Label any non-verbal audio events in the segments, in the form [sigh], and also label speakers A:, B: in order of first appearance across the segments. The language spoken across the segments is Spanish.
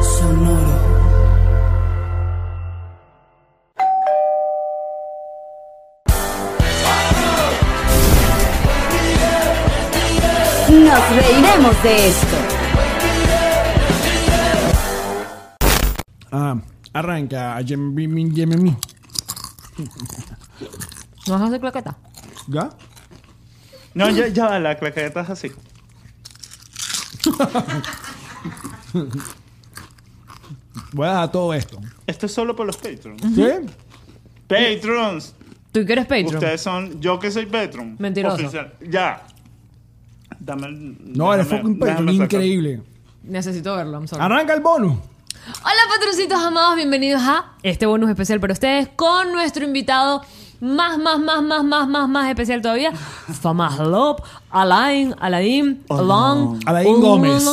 A: Sonoro.
B: Nos reiremos de esto.
C: Ah, arranca. Yemimi, yemimi.
D: ¿No vas a hacer claqueta?
C: ¿Ya?
E: No, ya, ya, va, la claqueta es así.
C: Voy a dejar todo esto.
E: Esto es solo para los patrons.
C: ¿Sí?
E: Patrons.
D: ¿Tú quieres Patreon?
E: Ustedes son. Yo que soy patron.
D: Mentiroso.
E: Oficial. Ya. Dame el.
C: No, eres
E: déjame-
C: fucking patron.
E: déjame sacar.
C: Increíble.
D: Necesito verlo, I'm sorry.
C: Arranca el bonus.
D: Hola, patroncitos amados, bienvenidos a este bonus especial para ustedes con nuestro invitado más, más, más, más, más, más, más especial [laughs] todavía. Famas Lop, Alain, Alain, Alon,
C: Alain Gómez.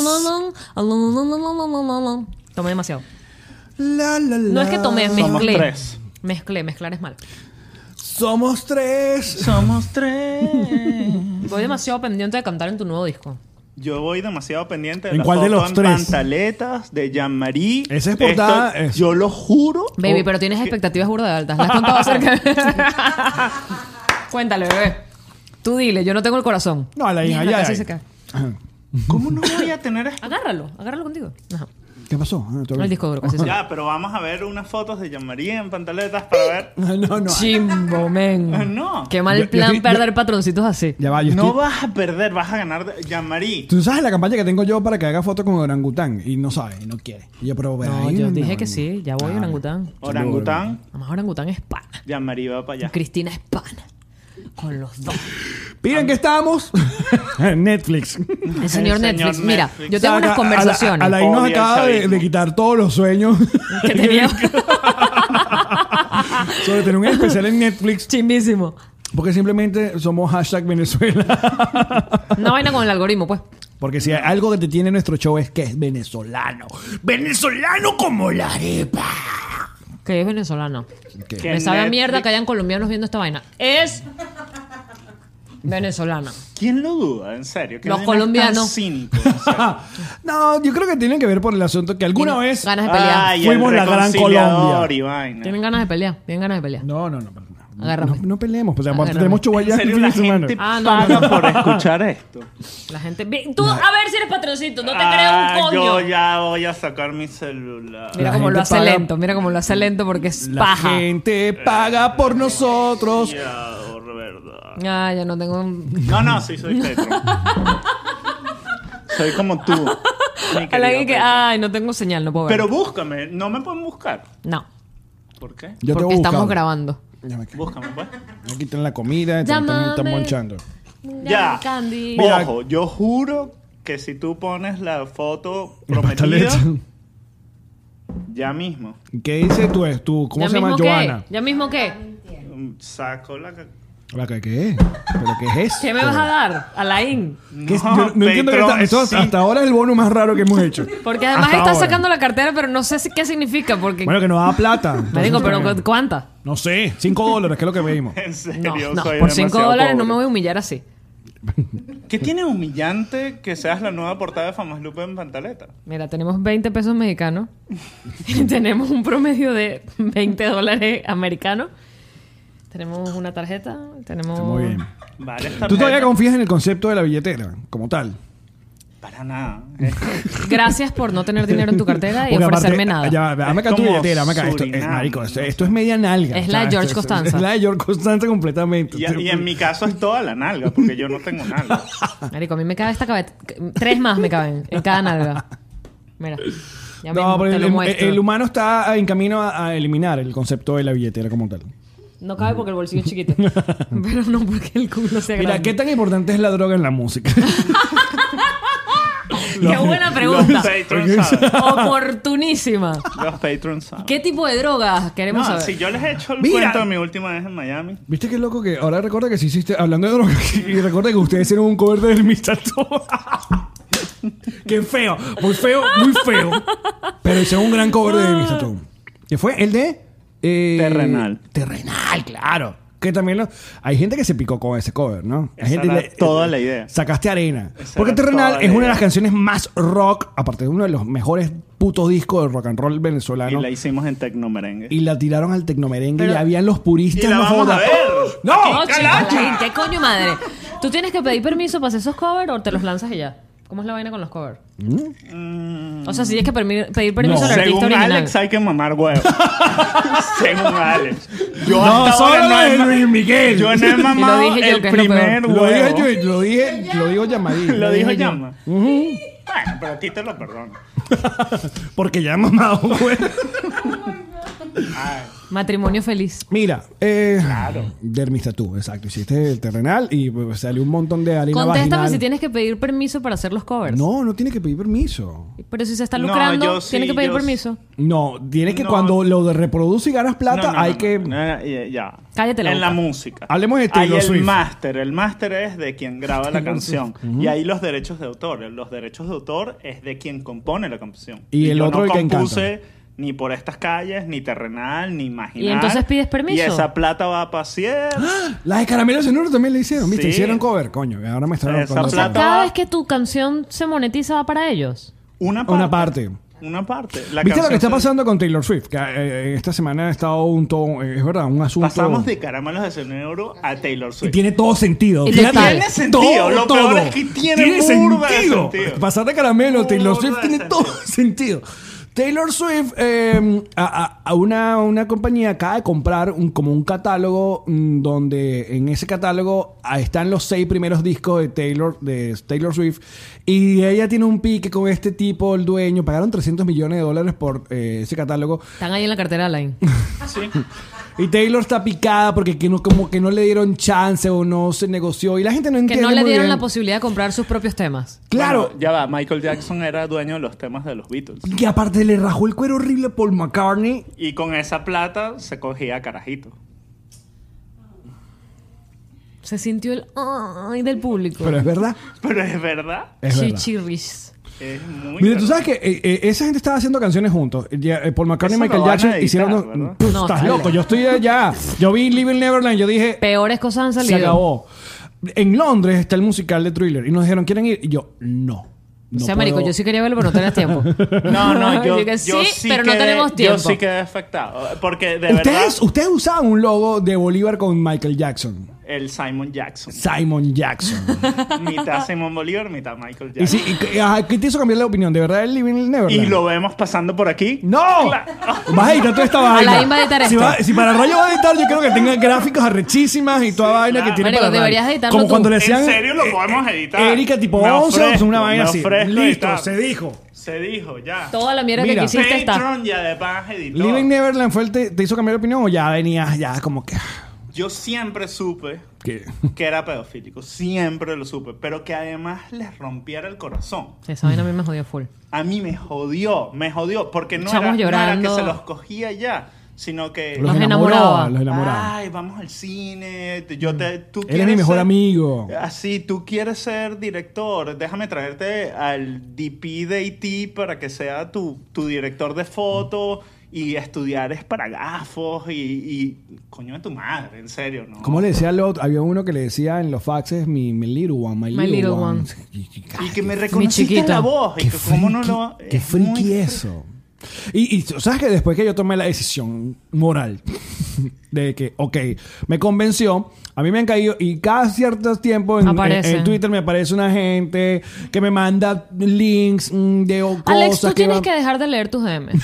D: Tomé demasiado.
C: La, la, la.
D: No es que tomé,
E: Somos
D: mezclé.
E: tres.
D: Mezclé, mezclar es mal.
C: Somos tres.
E: Somos tres.
D: Voy demasiado pendiente de cantar en tu nuevo disco.
E: Yo voy demasiado pendiente de
C: ¿En
E: la
C: cuál de
E: foto
C: los
E: en
C: tres?
E: pantaletas de Jean-Marie.
C: Esa es portada,
E: Esto-
C: es-
E: Yo lo juro.
D: Baby,
E: Oh,
D: pero tienes expectativas burda de altas. ¿Las has contado acerca
C: [laughs]
D: de- Cuéntale, bebé. Tú dile, yo no tengo el corazón.
C: No, la hija,
D: Mierda,
C: ya.
D: casi
C: ya.
D: se cae.
E: ¿Cómo no voy a tener esto?
D: Agárralo, agárralo contigo. Ajá.
C: [clears throat] ¿Qué pasó? Ah, todo
D: El
C: bien.
D: disco duro, casi se cae.
E: Ya, pero vamos a ver unas fotos de Jean-Marie en pantaletas para ver.
C: [laughs]
E: Ah,
C: No, no.
D: Chimbo, men.
E: No.
D: [laughs] Qué
C: Yo-
D: mal
C: yo
D: plan
C: estoy-
D: perder patroncitos así.
C: Ya va, yo
E: No
C: estoy-
E: vas a perder, vas a ganar. de- Jean-Marie.
C: Tú sabes la campaña que tengo yo para que haga fotos con orangután y no sabe, y no quiere. Y yo, pero ve
D: No,
C: ahí,
D: yo
C: no,
D: dije
C: no.
D: que sí, ya voy
C: Ah,
D: orangután.
E: Orangután.
D: Además, orangután es pana.
E: Jean-Marie va para allá.
D: Cristina es pana. Con los dos.
C: Miren que estamos [laughs] en Netflix.
D: El señor
E: señor
D: Netflix. Mira,
E: Netflix.
D: yo tengo
C: Saca-
D: unas
C: A,
D: conversaciones.
C: la- a la- nos
E: Obvio,
C: acaba de,
E: chavismo.
C: de quitar todos los sueños [laughs]
D: que tenía [laughs]
C: sobre tener un especial en Netflix
D: chimbísimo.
C: porque simplemente somos hashtag Venezuela. [laughs]
D: Una vaina con el algoritmo, pues.
C: Porque si hay algo que te tiene nuestro show es que es venezolano. Venezolano como la arepa.
D: Que es venezolano.
E: Que
D: Me sabe a
E: Netflix-
D: mierda que hayan colombianos viendo esta vaina. Es venezolana.
E: ¿Quién lo duda? En serio. ¿Qué
D: Los
E: vaina es tan
D: colombianos.
E: cínico? En serio.
C: [laughs] no, yo creo que tiene que ver por el asunto que alguna vez...
D: [laughs] ganas de pelear.
E: Ay,
C: Fuimos
E: el
C: la gran
E: reconciliador
C: Colombia.
E: y vaina.
D: Tienen ganas de pelear, tienen ganas de pelear.
C: No, no, no. pero no.
D: Agárrame.
C: No, no peleemos. pues, o sea,
D: Agárrame.
C: tenemos show allá
E: En
C: el
E: serio,
C: fin de
E: la
C: semana.
E: gente
D: Ah, no,
E: [laughs] paga
D: no.
E: por escuchar esto.
D: La gente. Bien, Tú, a ver si eres patroncito, no te
E: Ah,
D: creas un coño.
E: Yo ya voy a sacar mi celular.
D: Mira
C: La
D: cómo lo
C: gente
D: hace
C: paga-
D: lento, mira cómo lo hace lento porque es
C: La
D: paja.
C: gente paga por nosotros.
E: Ya, oh, verdad.
D: Ah, ya no tengo.
E: [laughs]
D: un-
E: No, no, sí
D: [laughs]
E: soy Petro. soy como tú. mi
D: A la que- ah,
E: querido Petro.
D: Ay, no tengo señal, no puedo ver.
E: Pero búscame, no me pueden buscar.
D: No,
E: ¿Por qué?
C: Yo te
D: porque
C: voy a
D: estamos
C: buscar.
D: grabando.
C: Ya me cago.
E: Búscame, pues.
C: Aquí están la comida, están, están, están
D: Llámame.
C: monchando.
E: Ya.
D: Candy.
C: Mira.
E: Ojo, yo juro que si tú pones la foto
C: Los
E: prometida,
C: pasteletes.
E: ya mismo
C: ¿Qué dice tú? es tú? ¿Cómo
D: ¿Ya
C: se llama
D: mismo qué?
C: Joana?
D: ¿Ya mismo qué?
E: mm, saco la. ca-
C: Hola, ¿Qué, qué es? ¿Pero qué es esto?
D: ¿Qué me vas a dar, Alain?
C: ¿Qué es- yo No, entiendo que esta- esto
E: Petroncito.
C: hasta, hasta ahora es el bono más raro que hemos hecho.
D: Porque además
C: Hasta
D: está
C: ahora.
D: sacando la cartera, pero no sé si- qué significa. Porque.
C: Bueno, que nos da plata.
D: me
C: Entonces,
D: digo, pero
C: está
D: ¿cu-
C: bien.
D: ¿cuánta?
C: No sé, 5 dólares, que es lo que vimos.
E: [laughs]
C: [laughs]
E: En
D: No,
E: serio,
D: no,
E: soy
D: por 5
E: demasiado
D: dólares no
E: pobre.
D: me voy a humillar así.
E: ¿Qué tiene humillante que seas la nueva portada de Famas Lupe en pantaleta?
D: Mira, tenemos 20 pesos mexicanos. [laughs] tenemos un promedio de 20 dólares americanos. Tenemos una tarjeta. Tenemos.
C: Está muy bien.
E: Vale,
C: ¿Tú todavía confías en el concepto de la billetera como tal?
E: Para nada.
D: Gracias por no tener dinero en tu cartera
C: [laughs]
D: y
C: Porque
D: ofrecerme
C: aparte-
D: nada.
C: Ya, va, dame acá tu
E: como
C: billetera, dame acá. Esto, es,
E: Surinam,
C: marico, esto,
E: no
C: esto es media nalga.
D: Es la de
C: ¿sabes?
D: George
C: Esto- esto-
D: Costanza.
C: Es la de George Costanza completamente.
E: Y,
C: [laughs]
E: y en mi caso es toda la nalga, porque yo no
D: [laughs]
E: tengo nalga.
D: Marico, a mí me cabe esta cabeza. Tres más me caben en cada nalga. Mira. Ya mismo
C: No, pero
D: te
C: el,
D: lo
C: el-
D: muestro.
C: el humano está en camino a, a eliminar el concepto de la billetera como tal.
D: No cabe porque el bolsillo es
C: [laughs]
D: chiquito. Pero no porque el culo sea
C: Mira, ¿qué
D: grande.
C: tan importante es la droga en la música? [laughs]
D: qué, buena
E: Los
D: pregunta.
C: [laughs]
E: patrons saben.
D: Oportunísima.
E: Los patrons saben.
D: ¿Qué tipo de drogas
E: No,
D: queremos saber?
E: si yo les he hecho el
C: Mira.
E: cuento de mi última vez en Miami.
C: ¿Viste qué loco que ahora recuerda que sí hiciste, hablando de drogas, [laughs] y recuerda que ustedes hicieron un cover del Mr. Toad. [laughs] qué feo, muy feo, muy feo. Pero hicieron un gran cover de Mr. Toad. ¿Qué fue? El de... eh,
E: Terrenal.
C: Terrenal, claro. Que también lo- hay gente que se picó con ese cover, ¿no? Hay
E: Esa
C: gente
E: era
C: le-
E: toda la idea.
C: Sacaste arena.
E: Esa
C: Porque
E: era
C: Terrenal
E: toda
C: es
E: la
C: una de
E: idea.
C: las canciones más rock, aparte de uno de los mejores putos discos de rock and roll
E: Y
C: venezolano.
E: la hicimos en Tecnomerengue.
C: Y la tiraron al tecnomerengue y
D: Pero-
C: había los puristas.
E: Y la
C: no
E: vamos
C: joda.
E: a ver.
C: ¡No!
D: No, chico, Alain, ¿Qué coño madre? ¿Tú tienes que pedir permiso para hacer esos covers o te los lanzas y ya? ¿Cómo es la vaina con los covers?
C: Mm.
D: O sea, si tienes que permi- pedir permiso al artista
E: Según
D: original.
E: Alex hay que
D: [laughs]
E: mamar huevo. Según Alex. Yo
C: No,
E: hasta ahora
C: solo
E: he
C: de
E: ma-
C: Luis Miguel.
E: Yo no
C: Y
D: [laughs]
C: lo
E: he mamado
D: dije yo,
E: el
D: que es lo
E: primer
C: Lo dije
E: huevo.
C: yo, y lo dije, lo digo llamadín.
E: [laughs] Lo dijo
C: dije yo.
E: Llama. Bueno, pero a ti te lo perdono.
C: [laughs] Porque ya mamado, güey.
D: Matrimonio feliz.
C: Mira, eh. Claro. tú, exacto. Hiciste el terrenal y pues, salió un montón de harina
D: Contéstame
C: vaginal.
D: si tienes que pedir permiso para hacer los covers.
C: No, no tiene que pedir permiso.
D: Pero si se está
E: No,
D: lucrando,
E: yo sí,
D: tiene que pedir
E: yo
D: permiso.
C: No, tiene que
E: No.
C: cuando lo reproduce y ganas plata,
E: No, no, no,
C: hay
E: no,
C: que.
E: no, no, ya, ya.
D: Cállate la
E: En
D: boca.
E: la música.
C: Hablemos de
E: Hay
C: Taylor
E: el
C: Swift.
E: máster. El máster es de quien graba la canción. Y ahí los derechos de autor. Los derechos de autor es de quien compone la canción.
C: Y el
E: yo
C: otro
E: no
C: el que encanta.
E: compuse ni por estas calles, ni terrenal, ni imaginar.
D: ¿Y entonces pides permiso?
E: Y esa plata va a pasear.
C: Las de Caramelo de Cianuro también le hicieron, ¿viste?
E: Sí.
C: Hicieron cover, coño. Ahora me están
E: Esa
C: contando.
D: O sea,
E: plata-
D: cada vez que tu canción se monetiza va para ellos.
E: Una parte.
C: Una parte.
E: Una parte. La
C: ¿Viste lo que está
E: canción se-
C: pasando con Taylor Swift? Que, eh, esta semana ha estado un todo, es verdad, un asunto.
E: Pasamos de caramelos de cerebro a Taylor
C: Y
E: Swift.
C: tiene todo sentido.
D: Y
C: fíjate.
D: tiene
E: sentido, lo peor es que tiene burda de sentido.
C: Pasar de caramelo, Taylor
E: Burda
C: Swift
E: de
C: tiene todo [laughs] sentido. Taylor Swift, eh, a, a- a una, una compañía acaba de comprar un, como un catálogo mm, donde en ese catálogo ah, están los seis primeros discos de Taylor, de Taylor Swift. Y ella tiene un pique con este tipo, el dueño. Pagaron 300 millones de dólares por eh, ese catálogo.
D: Están ahí en la
C: [laughs]
D: cartera, Alain.
C: Y Taylor está picada porque que no, como que no le dieron chance o no se negoció. Y la gente no
D: Que
C: entiende.
D: no le
C: muy
D: dieron
C: bien.
D: la posibilidad de comprar sus propios temas.
C: Claro.
E: Bueno, ya va. Michael Jackson era dueño de los temas de los Beatles.
C: que aparte le rajó el cuero horrible a Paul McCartney.
E: Y con esa plata se cogía carajito.
D: Se sintió el ay del público.
C: Pero es verdad.
E: Pero es verdad.
C: Es verdad.
D: Chichirris.
E: Es muy.
C: Mira, tú
E: verdad.
C: sabes que eh, eh, esa gente estaba haciendo canciones juntos. Ya, eh, Paul McCartney y
E: Eso
C: Michael
E: lo van a
C: Jackson
E: editar,
C: hicieron. unos-
E: ¿verdad?
C: Pff,
D: No,
C: estás
D: dale.
C: loco. Yo estoy allá. Yo vi Living Neverland. Yo dije,
D: Peores cosas han
C: se
D: salido.
C: acabó. En Londres está el musical de Thriller. Y nos dijeron, ¿quieren ir? Y yo, no.
D: o
C: no
D: sea, marico,
C: puedo".
D: yo sí quería verlo, pero no
C: [laughs]
D: tenías tiempo. [laughs]
E: No, no, yo,
D: que
E: yo
D: sí,
E: sí
D: pero no
E: quedé-
D: tenemos tiempo.
E: Yo sí quedé afectado. Porque de verdad,
C: Ustedes, ustedes usaban un logo de Bolívar con Michael Jackson.
E: el Simon Jackson.
C: Simon Jackson.
E: mitad Simon Bolívar, mitad Michael
C: [laughs] y sí,
E: Jackson.
C: y que- ajá, ¿qué te hizo cambiar la opinión? ¿De verdad el Living Neverland?
E: Y lo vemos pasando por aquí.
C: ¡No!
E: [laughs]
C: Vas a editar toda esta vaina.
D: Alain va a editar
C: si,
D: esto.
C: va- si para Rayo va a editar, yo creo que tenga gráficos arrechísimas y toda vaina que tiene
D: Marico,
C: para Rayo.
D: deberías editarlo
C: Como
D: tú.
C: cuando le
E: En
C: decían... eh,
E: serio lo podemos editar.
C: Erika tipo
E: Me
C: 11,
E: ofrezco,
C: una vaina
E: me
C: así.
E: ofrezco
C: Listo,
E: editar.
C: se dijo.
E: Se dijo ya.
D: Toda la mierda
C: Mira.
D: que quisiste está.
E: Patreon ya de pan editor.
C: ¿Living Neverland fue el te, te hizo cambiar de opinión o ya venías ya como que...
E: Yo siempre supe
D: [laughs]
C: que-
E: que era pedofílico. Siempre lo supe. Pero que además les rompiera el corazón.
D: Esa vaina a mí me jodió full.
E: A mí me jodió, me jodió, porque no era,
D: Chamos
E: no era
D: llorando.
E: que se los cogía ya, sino que...
C: Los
D: Los
C: enamoraba.
D: enamoraba. Ah.
C: Los enamoraba.
E: Ay, vamos al cine, te- yo te... Tú
C: Él es mi mejor amigo.
E: Así, tú quieres ser director, déjame traerte al DP de IT para que sea tu, tu director de foto y estudiar esparagrafos y, y... Coño de tu madre, en serio, ¿no?
C: ¿Cómo le decía al otro? Había uno que le decía en los faxes, mi, mi little one, my,
D: My
C: [laughs]
D: little one.
E: Y que me reconociste
D: chiquito.
E: la voz. y
C: Qué
E: que cómo no
C: friki,
E: lo...
C: qué
E: es muy
C: friki eso. Y, y sabes que después que yo tomé la decisión moral [laughs] de que, ok, me convenció, a mí me han caído y cada cierto tiempo en,
D: Aparece.
C: en- en Twitter me aparece una gente que me manda links mm, de o- cosas
D: Alex, tú tienes
C: van-
D: que dejar de leer
C: [laughs]
D: tus DM.
E: [laughs]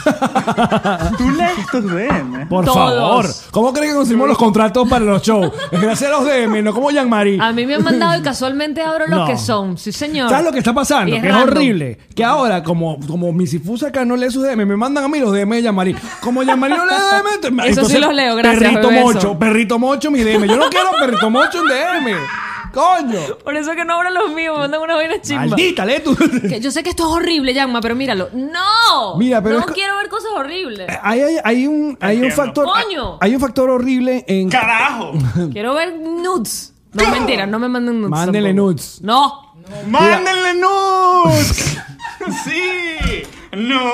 E: Tú lees estos DMs.
C: Por
D: Todos.
C: favor, ¿cómo crees que conseguimos los contratos para los shows? Es Gracias a los DM, no como Jean-Marie.
D: A mí me han
C: [laughs]
D: mandado y casualmente abro los
C: No.
D: que son. Sí, señor.
C: ¿Sabes lo que está pasando?
D: Y es
C: que es
D: random.
C: horrible. Que ahora, como, como Misifusa acá no lee sus DM, DM, me mandan a mí los DM de Yamari. Como Yamari no lee
D: [laughs]
C: DM, te-
D: Eso sí los leo, gracias,
C: Perrito
D: bebeso.
C: mocho, perrito mocho, mi DM. Yo no quiero perrito mocho en DM. Coño.
D: Por eso que no abro los míos, me mandan una vaina chimba.
C: Maldita, lee tú.
D: Que yo sé que esto es horrible, Yanma, pero míralo. ¡No!
C: Mira, pero es
D: no
C: co-
D: quiero ver cosas
C: [laughs]
D: horribles.
C: Hay, hay, hay un, hay un
E: Entiendo.
C: factor.
D: Coño.
C: Hay un factor horrible en.
E: ¡Carajo!
C: [laughs]
D: Quiero ver nudes. No, mentira, no me manden nudes.
C: Mándenle
D: tampoco.
C: nudes.
D: No.
E: ¡Mándenle nudes! [laughs] ¡Sí! ¡No!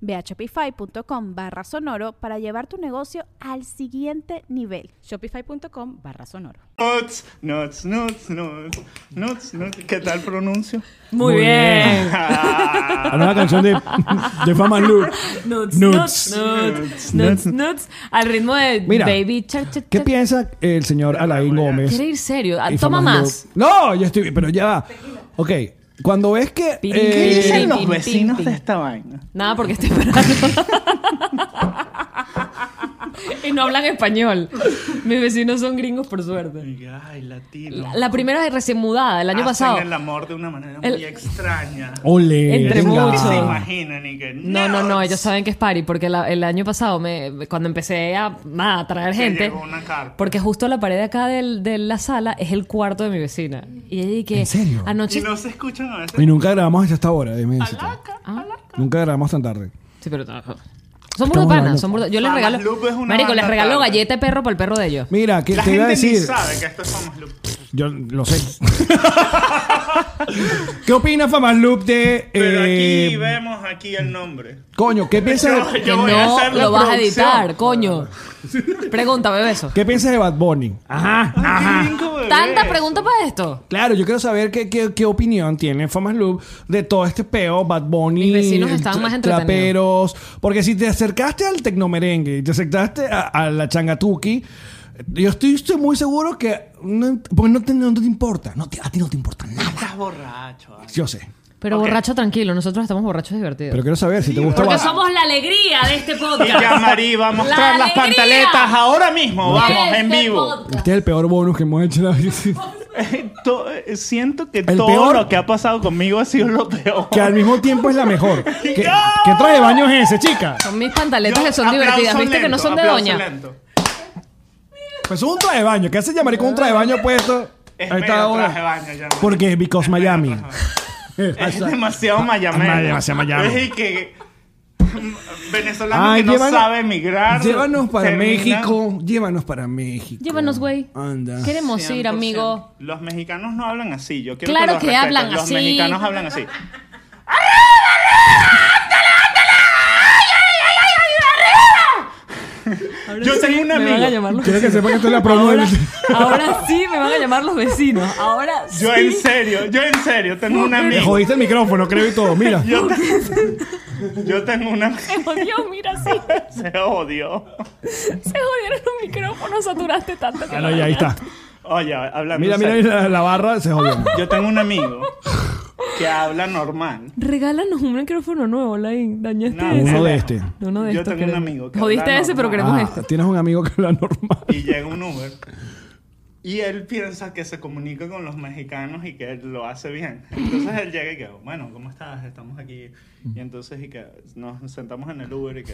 F: Ve a shopify.com barra sonoro para llevar tu negocio al siguiente nivel.
G: Shopify.com barra sonoro.
E: Nuts, nuts, nuts, nuts, nuts, nuts. ¿Qué
D: [laughs]
E: tal pronuncio?
D: Muy,
C: Muy
D: bien.
C: A la nueva canción de, [laughs] de Fama Lu.
D: Nuts,
C: Nuts.
D: nuts, nuts, nuts, [laughs] nuts. Al ritmo de
C: Mira,
D: Baby Cha, cha,
C: ¿Qué
D: cha.
C: piensa el señor Alain Gómez?
D: Quiere ir serio. Ah,
C: Y
D: Toma
C: Fama Lu?
D: más.
C: No, yo estoy. Pero ya va. Ok. Cuando ves que.
D: Pin,
C: eh,
E: ¿Qué dicen
D: pin,
E: los
D: pin,
E: vecinos
D: pin,
E: de
D: pin.
E: esta vaina?
D: Nada, porque estoy parado. [laughs] y no hablan español. Mis vecinos son gringos, por suerte.
E: Ay, latino.
D: La, la primera vez recién mudada, el año
E: Hacen
D: pasado.
E: el amor de una manera
D: El-
E: muy extraña.
C: Ole.
D: Entre
C: venga.
E: Que se
D: muchos.
E: imaginan y que...
D: No, no, no,
E: nuts.
D: ellos saben que es party, porque la- el año pasado, me, cuando empecé a, nada, a traer
E: Te
D: gente,
E: llegó una carta.
D: porque justo la pared de acá del- de la sala es el cuarto de mi vecina. Y ella dije,
C: ¿En serio?
E: Y
D: Anoche...
E: no se escuchan a veces.
C: Y nunca grabamos hasta esta hora. dime si está.
D: Ah.
C: Nunca grabamos tan tarde.
D: Sí, pero... no. Son burda
C: hablando.
D: panas, son burda... Yo les
E: Famas
D: regalo...
E: Lupe es una
D: Marico, les
E: banda
D: regalo
E: tarde.
D: galleta de perro para el perro de ellos.
C: Mira, que
E: La
C: te
E: gente
C: iba a
E: ni
C: decir.
E: sabe que esto es Famas Lupe.
C: Yo lo sé. [laughs] ¿Qué opina Famas Loop de.
E: Pero
C: eh,
E: aquí vemos aquí el nombre.
C: Coño, ¿qué piensas,
E: Yo- [laughs]
C: de,
D: que
E: voy a
D: no
E: hacer la
D: lo vas a
E: producción.
D: editar, coño. Pregúntame
E: [laughs]
D: beso.
C: ¿qué piensas de Bad Bunny? Ajá,
E: Ay,
C: ajá.
E: qué lindo bebé.
D: ¿Tanta pregunta para esto?
C: Claro, yo quiero saber qué, qué, qué opinión tiene Famas Loop de todo este peo, Bad Bunny,
D: Mis vecinos estaban
C: tra-
D: más entretenidos.
C: traperos. Porque si te acercaste al tecnomerengue y te acercaste a, a la changatuki, yo estoy, estoy muy seguro que. no- porque no te, no te importa. No te- a ti no te importa nada.
E: Estás borracho. ay.
C: Yo sé.
D: Pero
E: Ok.
D: borracho tranquilo, nosotros estamos borrachos divertidos.
C: Pero quiero saber si te gusta
D: Porque
C: Bad
D: somos la alegría de este
E: Y [laughs] ya
D: podcast.
E: Marí va a mostrar
D: La
E: las
D: alegría.
E: pantaletas ahora mismo. Vamos, en
D: Este
E: vivo.
D: podcast.
C: Este es el peor bonus que hemos hecho. David.
E: [laughs]
D: [laughs]
E: To- eh, Siento que
C: El
E: todo
C: peor.
E: lo que ha pasado conmigo ha sido lo peor.
C: que al mismo tiempo es la mejor. ¿Qué, qué trae de baño es ese, chica?
D: Son mis pantaletas
E: Yo-
D: que son
E: aplauso
D: divertidas, viste que no
E: lento,
D: son de
E: aplauso
D: doña.
E: lento.
C: Pues un traje de baño. ¿Qué hace llamar con un traje de baño puesto
E: Es
C: a
E: medio
C: esta hora?
E: traje de baño, ya.
C: Porque Because Miami. [laughs]
E: Es demasiado mayamero.
C: Ay, demasiado mayamero.
E: Es y que [laughs] venezolano
C: Ay,
E: que no
C: llévanos-
E: sabe emigrar.
C: Llévanos para
E: termina-
C: México. Llévanos para México.
D: Llévanos, güey.
C: Anda.
D: Queremos ir, amigo.
E: 100%. Los mexicanos no hablan así. Yo quiero
D: Claro
E: que, los
D: que
E: respeten.
D: hablan así.
E: Los mexicanos hablan así. Yo tengo un
D: Me van a
E: amigo.
D: llamar los
C: Quiero que
D: vecinos.
C: sepa que esto es la promo
D: Ahora,
E: [laughs]
C: del...
D: ahora sí me van a llamar los vecinos. Ahora [laughs] sí.
E: Yo en serio, yo en serio tengo un
C: Me
E: amigo.
C: jodiste el micrófono, creo y todo. Mira.
E: Yo, te- yo tengo un amigo.
D: Dios, mira, sí.
E: [laughs] Se odió.
D: Se jodieron los micrófonos, saturaste tanto.
C: Ah, no, ya, ahí está.
E: Oye, hablando
C: Mira,
E: en
C: mira,
E: serio,
C: mira, la barra se jodió.
D: Ah,
E: Yo tengo un amigo que habla normal.
D: Regálanos un micrófono nuevo, Lain. Dañaste
E: No,
D: ese.
C: Uno de este.
D: Uno de
E: Yo
D: estos
E: tengo un
D: queremos.
E: amigo que
D: Jodiste
E: habla
D: ese, pero
E: normal.
D: queremos
C: Ah,
D: este.
C: tienes un amigo que habla normal.
E: Y llega un Uber. Y él piensa que se comunica con los mexicanos y que él lo hace bien. Entonces él llega y que, bueno, ¿cómo estás? Estamos aquí. Y entonces y que nos sentamos en el Uber y que...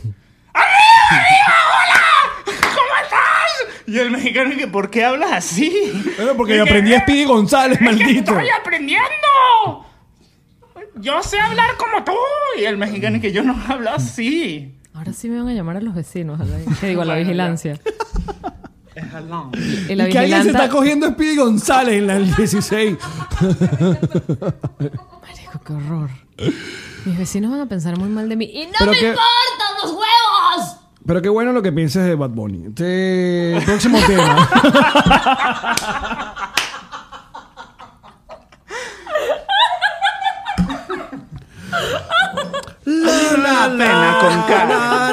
E: ¡Arriba, arriba! ¡Hola! ¿Cómo estás? Y el mexicano y que, ¿por qué hablas así?
C: Bueno, porque
E: Y
C: yo
E: que,
C: aprendí
E: "Eh,
C: a Speedy
E: [laughs]
C: González,
E: es que
C: maldito.
E: estoy aprendiendo! Yo sé hablar como tú. Y el mexicano y que yo no hablo así.
D: [laughs] Ahora sí me van a llamar a los vecinos, a la, que digo, a la
E: Bueno, ya.
D: vigilancia.
E: Es alone.
D: Y la
C: Y que alguien se
D: vigilanta-
C: está cogiendo a Speedy González en la 16.
D: Marico, qué horror. Mis vecinos van a pensar muy mal de mí. ¡Y no
C: Pero
D: me
C: que-
D: importan los huevos!
C: Pero qué bueno lo que pienses de Bad Bunny. Este próximo tema.
E: Una pena con cara.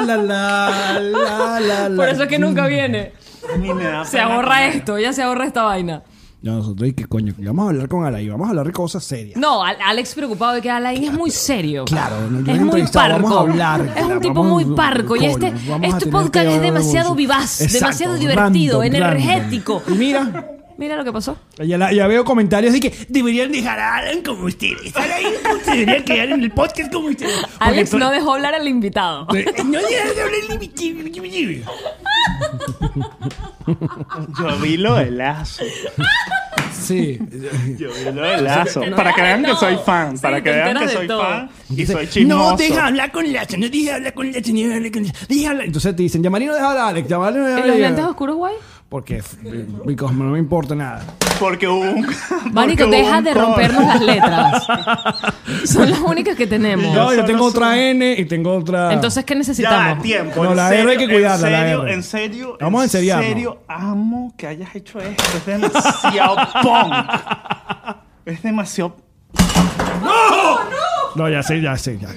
C: La, la, la, la, la, la.
D: Por eso es que nunca viene.
E: A mí me da
D: Se
E: pena con
D: ahorra
E: cara.
D: esto, ya se ahorra esta vaina.
C: Ya nosotros, ¿y qué coño? Ya Vamos a hablar con Alain, vamos a hablar de cosas serias.
D: No, Al- Alex preocupado de que Alain es muy serio.
C: Claro, no, yo
D: es
C: lo he
D: muy
C: entrevistado,
D: parco.
C: vamos a hablar,
D: es
C: claro,
D: un tipo
C: vamos,
D: muy parco. y
C: coño,
D: este,
C: vamos a
D: este
C: tener
D: podcast
C: que-
D: es demasiado vivaz,
C: Exacto,
D: demasiado divertido,
C: random,
D: energético.
C: random. Y mira,
D: Mira lo que pasó.
C: ya, la- ya veo comentarios de que deberían dejar a Alan como ustedes. Alan
D: [laughs]
C: se debería quedar en el podcast como ustedes. Porque
D: Alex
C: son-
D: no dejó hablar al invitado.
C: No debería hablar de mi chibi, chibi, chibi.
E: Yo vi lo de lazo.
C: Sí.
E: Yo vi lo de lazo. Para que
D: no,
E: vean que
D: no.
E: soy fan.
D: Sí,
E: Para que
D: te
E: vean que
D: enteras de
E: soy
D: todo.
E: fan. Y soy chismoso.
C: No, deja hablar con Lacha, no deja hablar con Lacha, no deja hablar con Lacha, deja hablar. Entonces te dicen, Yamarino deja hablar a Alex, Yamarino deja
D: ¿Y
C: hablar.
D: los lentes oscuros, guay?
C: Porque, because no me importa nada.
E: Porque
D: [laughs]
E: hubo un. porque
D: Marico,
E: hubo
D: deja
E: un
D: de
E: coro.
D: rompernos
C: [laughs]
D: las letras. Son las únicas que tenemos.
C: No, yo
E: solo
C: tengo
E: son-
C: otra N y tengo otra.
D: Entonces, ¿qué
E: Ya va,
D: necesitamos?
E: tiempo.
C: No,
E: en
C: la R
E: serio,
C: hay que cuidarla,
E: En
C: la
E: serio,
C: R.
E: en serio.
C: Vamos a
E: en
C: enseriarnos.
E: serio, amo que hayas hecho esto. Es demasiado [laughs] punk. Es demasiado.
C: No, ya sé, ya sé, ya.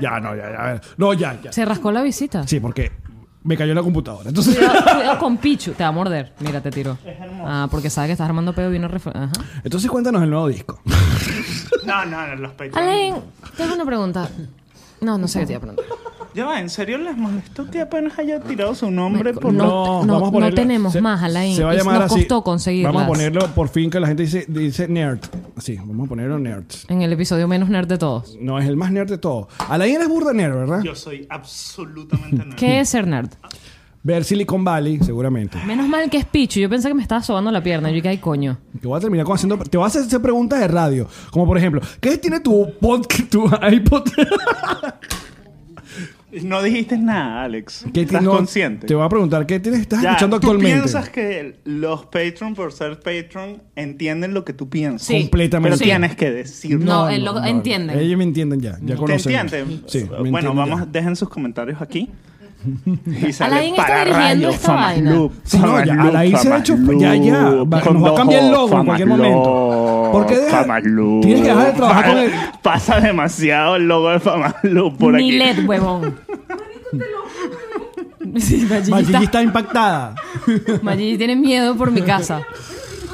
C: Ya, no, ya, ya. a ver. No, ya, ya.
D: Se rascó la visita.
C: Sí, porque me cayó la computadora. Entonces.
D: Cuidado, cuidado con Pichu. Te va a morder. Mira, te tiró. Ah, porque sabe que estás armando pedo y vino refer- Ajá.
C: [laughs] Entonces, cuéntanos el nuevo disco.
E: No, no, no, los pechos.
D: Alain, tengo una pregunta. No, no sé qué te iba a preguntar.
E: Ya va, ¿en serio les molestó que apenas haya tirado su nombre por
D: no.
E: no.
D: no- no tenemos más, Alain.
C: Se va a
D: Y
C: llamar
D: nos
C: así.
D: costó conseguirlas.
C: Vamos a ponerlo por fin que la gente dice, dice nerd. Así, vamos a ponerlo nerd.
D: En el episodio menos nerd de todos.
C: No, es el más nerd de todo. Alain eres burda nerd, ¿verdad?
E: Yo soy absolutamente nerd.
D: ¿Qué es ser nerd?
C: Ver Silicon Valley, seguramente.
D: Menos mal que es Pichu. Yo pensé que me estaba sobando la pierna. Yo dije, ay, coño.
C: Te voy a terminar con haciendo. Te voy a hacer hacer preguntas de radio. Como por ejemplo, ¿qué tiene tu podcast, [laughs] tu iPod?
E: No dijiste nada, Alex.
C: ¿Qué
E: ¿Estás
C: ti- no,
E: consciente?
C: Te voy a preguntar, ¿qué tienes, estás
E: Ya,
C: escuchando actualmente?
E: ¿Tú piensas que los Patreon, por ser Patreon, entienden lo que tú piensas?
D: Sí.
C: Completamente.
E: Pero
D: Sí.
E: tienes que decirlo.
D: No, eh, lo- entienden.
C: Ellos me entienden ya. Ya
E: ¿Te
C: conocen.
E: entienden?
C: Sí. me
E: bueno,
C: entienden
E: vamos,
C: ya.
D: [laughs]
E: dejen sus comentarios aquí. Y sale
D: Alain está
E: para
D: dirigiendo
E: radio,
D: esta vaina.
C: Sí, no, ya, Alain se ha hecho. Ya, ya. Va- nos va a cambiar el logo en cualquier momento. ¿Por qué deja- Tienes que dejar de trabajar con él.
E: Pasa demasiado el logo de Famalú por aquí.
D: Ni LED, huevón. Sí, Mayigi
C: Mayigi
D: está-
C: está impactada.
D: Mayigi tiene miedo por mi casa.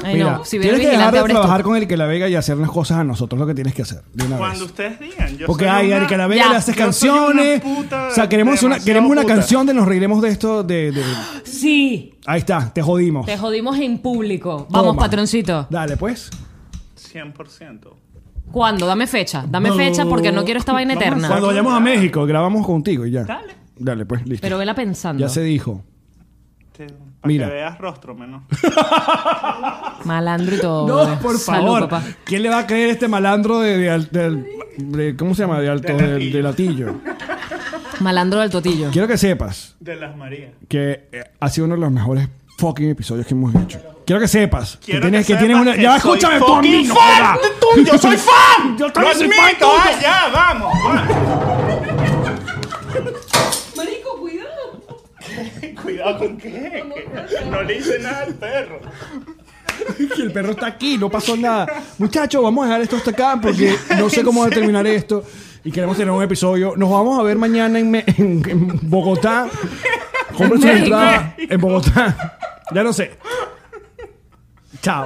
D: Ay,
C: Mira,
D: no. Si viene
C: tienes que dejar
D: vigilante,
C: de
D: ahora es tú.
C: trabajar con Erika La Vega y hacernos cosas a nosotros lo que tienes que hacer. De una
E: Cuando
C: vez.
E: ustedes digan, yo
C: Porque
E: soy
C: hay
E: una-
C: Erika La Vega
D: Ya.
C: le haces
E: Yo soy una
C: canciones.
E: puta
C: o sea, queremos una,
E: demasiado
C: queremos una
E: puta.
C: canción de nos reiremos de esto. De, de-
D: Sí.
C: Ahí está, te jodimos.
D: Te jodimos en público. Vamos,
C: Toma.
D: patroncito.
C: Dale, pues.
E: 100%.
D: ¿Cuándo? Dame fecha. Dame fecha porque no quiero esta vaina
E: Vamos a
D: eterna.
C: Cuando vayamos a México, grabamos contigo y ya.
E: Dale.
C: Dale, pues, listo.
D: Pero vela pensando.
C: ya se dijo.
E: Te- Para
C: Mira.
E: que veas rostro menos.
D: Malandro y todo.
C: No,
D: bebé.
C: por
D: Salud,
C: favor.
D: papá.
C: ¿Quién le va a creer este malandro de, de al- del- de- ¿Cómo se llama? De alto,
E: De
C: del- de latillo.
D: Malandro del totillo.
C: Quiero que sepas
E: De las Marías.
C: que eh, ha sido uno de los mejores fucking episodios que hemos hecho. Quiero que sepas
E: Quiero
C: que tienes que,
E: sepas
C: tienes una.
E: que
C: Ya,
E: soy
C: escúchame, tú a mí,
E: fucking
C: no
E: fan
C: jodas.
E: de tú, yo
C: [laughs]
E: soy fan.
C: Yo
E: Lo
C: también soy fan
E: admito, ah,
C: tuyo.
E: ya, vamos. vamos.
D: Marico, cuidado.
E: [laughs] Cuidado con qué. que No le hice nada al perro.
C: Y el perro está aquí, no pasó nada. Muchachos, vamos a dejar esto hasta acá porque no sé cómo va a terminar esto. Y queremos tener un episodio. Nos vamos a ver mañana en, Me- en- en Bogotá. Compren su
D: México.
C: entrada en Bogotá. Ya no sé. Chao.